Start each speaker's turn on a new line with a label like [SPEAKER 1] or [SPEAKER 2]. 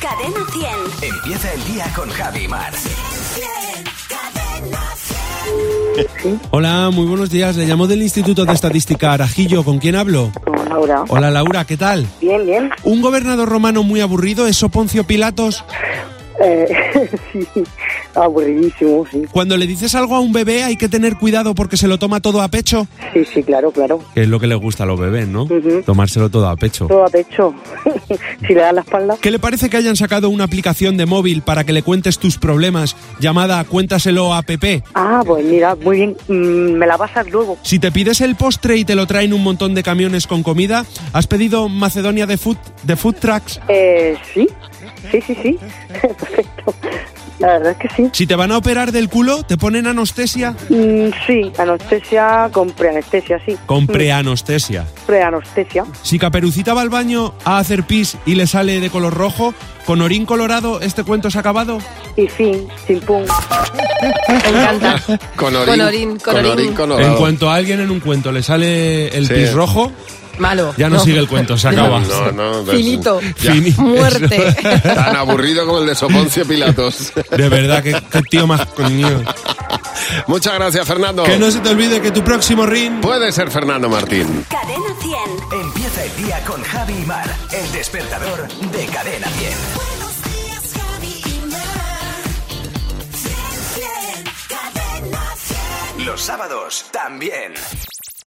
[SPEAKER 1] Cadena 100.
[SPEAKER 2] Empieza el día con Javi Mar.
[SPEAKER 1] Cadena 100.
[SPEAKER 3] Hola, muy buenos días. Le llamo del Instituto de Estadística Arajillo. ¿Con quién hablo?
[SPEAKER 4] Con Laura.
[SPEAKER 3] Hola, Laura, ¿qué tal?
[SPEAKER 4] Bien, bien.
[SPEAKER 3] ¿Un gobernador romano muy aburrido es Poncio Pilatos?
[SPEAKER 4] Eh, sí, aburridísimo, sí.
[SPEAKER 3] Cuando le dices algo a un bebé hay que tener cuidado porque se lo toma todo a pecho.
[SPEAKER 4] Sí, sí, claro, claro.
[SPEAKER 3] Que es lo que le gusta a los bebés, ¿no?
[SPEAKER 4] Ujú.
[SPEAKER 3] Tomárselo todo a pecho.
[SPEAKER 4] Todo a pecho. si le da la espalda.
[SPEAKER 3] ¿Qué le parece que hayan sacado una aplicación de móvil para que le cuentes tus problemas llamada Cuéntaselo a Pepe?
[SPEAKER 4] Ah, pues mira, muy bien. Mm, me la pasas luego.
[SPEAKER 3] Si te pides el postre y te lo traen un montón de camiones con comida, ¿has pedido Macedonia de Food, de food Trucks?
[SPEAKER 4] Eh, sí, sí, sí, sí. Perfecto. La verdad es que sí.
[SPEAKER 3] Si te van a operar del culo, ¿te ponen anestesia?
[SPEAKER 4] Mm, sí, anestesia con preanestesia, sí.
[SPEAKER 3] Con preanestesia.
[SPEAKER 4] Mm, Preanestesia.
[SPEAKER 3] Si Caperucita va al baño a hacer pis y le sale de color rojo, con orín colorado, ¿este cuento se ha acabado?
[SPEAKER 4] Y fin, sin pum.
[SPEAKER 5] Me encanta.
[SPEAKER 6] Con orín.
[SPEAKER 5] Con orín, con orín.
[SPEAKER 6] colorado.
[SPEAKER 3] En cuanto a alguien en un cuento le sale el
[SPEAKER 6] Sí.
[SPEAKER 3] pis rojo,
[SPEAKER 5] Malo.
[SPEAKER 3] ya no, sigue el cuento, se acaba.
[SPEAKER 6] No, no, no.
[SPEAKER 5] Finito.
[SPEAKER 6] Ya.
[SPEAKER 3] Fini-
[SPEAKER 5] Muerte.
[SPEAKER 6] Tan aburrido como el de Soponcio Pilatos.
[SPEAKER 3] De verdad, qué, qué tío más coño.
[SPEAKER 6] Muchas gracias, Fernando.
[SPEAKER 3] Que no se te olvide que tu próximo ring...
[SPEAKER 6] Puede ser Fernando Martín.
[SPEAKER 1] Cadena 100.
[SPEAKER 2] Empieza el día con Javi Mar. El despertador de Cadena 100.
[SPEAKER 1] Buenos días, Javi y Mar. Cadena 100.
[SPEAKER 2] Los sábados también.